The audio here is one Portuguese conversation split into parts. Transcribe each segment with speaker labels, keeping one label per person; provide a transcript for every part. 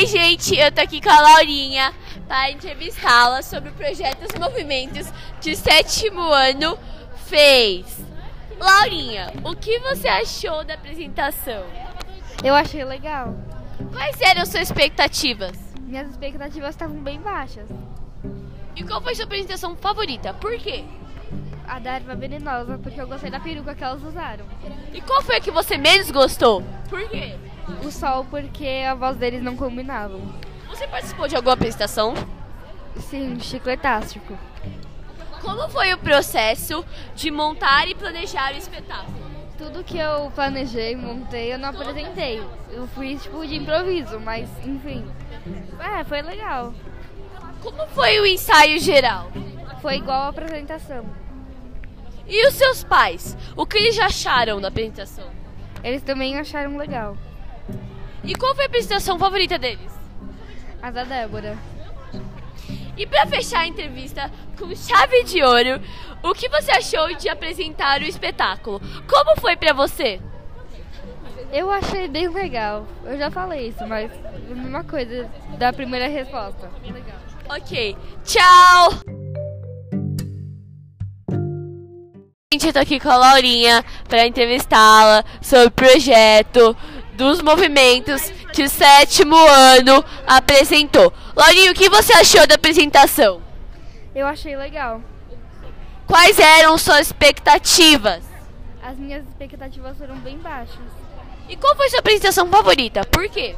Speaker 1: Oi, gente, eu tô aqui com a Laurinha para entrevistá-la sobre o projeto Os Movimentos de sétimo ano fez. Laurinha, o que você achou da apresentação?
Speaker 2: Eu achei legal.
Speaker 1: Quais eram suas expectativas?
Speaker 2: Minhas expectativas estavam bem baixas.
Speaker 1: E qual foi sua apresentação favorita? Por quê?
Speaker 2: A da erva venenosa, porque eu gostei da peruca que elas usaram.
Speaker 1: E qual foi a que você menos gostou? Por quê?
Speaker 2: O sol, porque a voz deles não combinava.
Speaker 1: Você participou de alguma apresentação?
Speaker 2: Sim, chicletástico.
Speaker 1: Como foi o processo de montar e planejar o espetáculo?
Speaker 2: Tudo que eu planejei, montei, eu não apresentei. Eu fui tipo de improviso, mas enfim. É, foi legal.
Speaker 1: Como foi o ensaio geral?
Speaker 2: Foi igual a apresentação.
Speaker 1: E os seus pais? O que eles acharam da apresentação?
Speaker 2: Eles também acharam legal.
Speaker 1: E qual foi a apresentação favorita deles?
Speaker 2: A da Débora.
Speaker 1: E pra fechar a entrevista com chave de ouro, o que você achou de apresentar o espetáculo? Como foi pra você?
Speaker 2: Eu achei bem legal. Eu já falei isso, mas a mesma coisa da primeira resposta. Legal.
Speaker 1: Ok, tchau! Gente, eu tô aqui com a Laurinha pra entrevistá-la sobre o projeto dos movimentos que o sétimo ano apresentou. Laurinha, o que você achou da apresentação?
Speaker 2: Eu achei legal.
Speaker 1: Quais eram suas expectativas?
Speaker 2: As minhas expectativas foram bem baixas.
Speaker 1: E qual foi sua apresentação favorita? Por quê?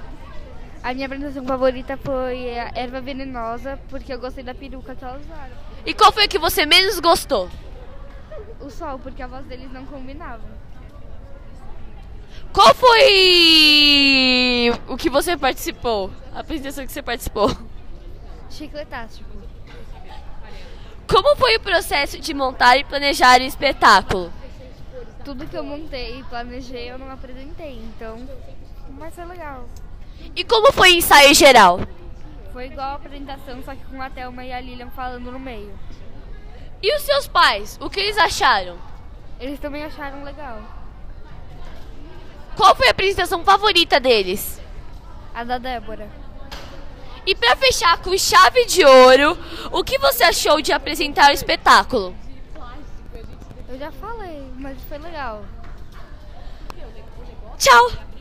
Speaker 2: A minha apresentação favorita foi a erva venenosa, porque eu gostei da peruca que elas usaram.
Speaker 1: E qual foi a que você menos gostou?
Speaker 2: O sol, porque a voz deles não combinava.
Speaker 1: Qual foi o que você participou? A apresentação que você participou?
Speaker 2: Chicletástico.
Speaker 1: Como foi o processo de montar e planejar o espetáculo?
Speaker 2: Tudo que eu montei e planejei eu não apresentei, então. Mas foi legal.
Speaker 1: E como foi o ensaio geral?
Speaker 2: Foi igual a apresentação, só que com a Thelma e a Lilian falando no meio.
Speaker 1: E os seus pais? O que eles acharam?
Speaker 2: Eles também acharam legal.
Speaker 1: Qual foi a apresentação favorita deles?
Speaker 2: A da Débora.
Speaker 1: E pra fechar com chave de ouro, o que você achou de apresentar o espetáculo?
Speaker 2: Eu já falei, mas foi legal.
Speaker 1: Tchau!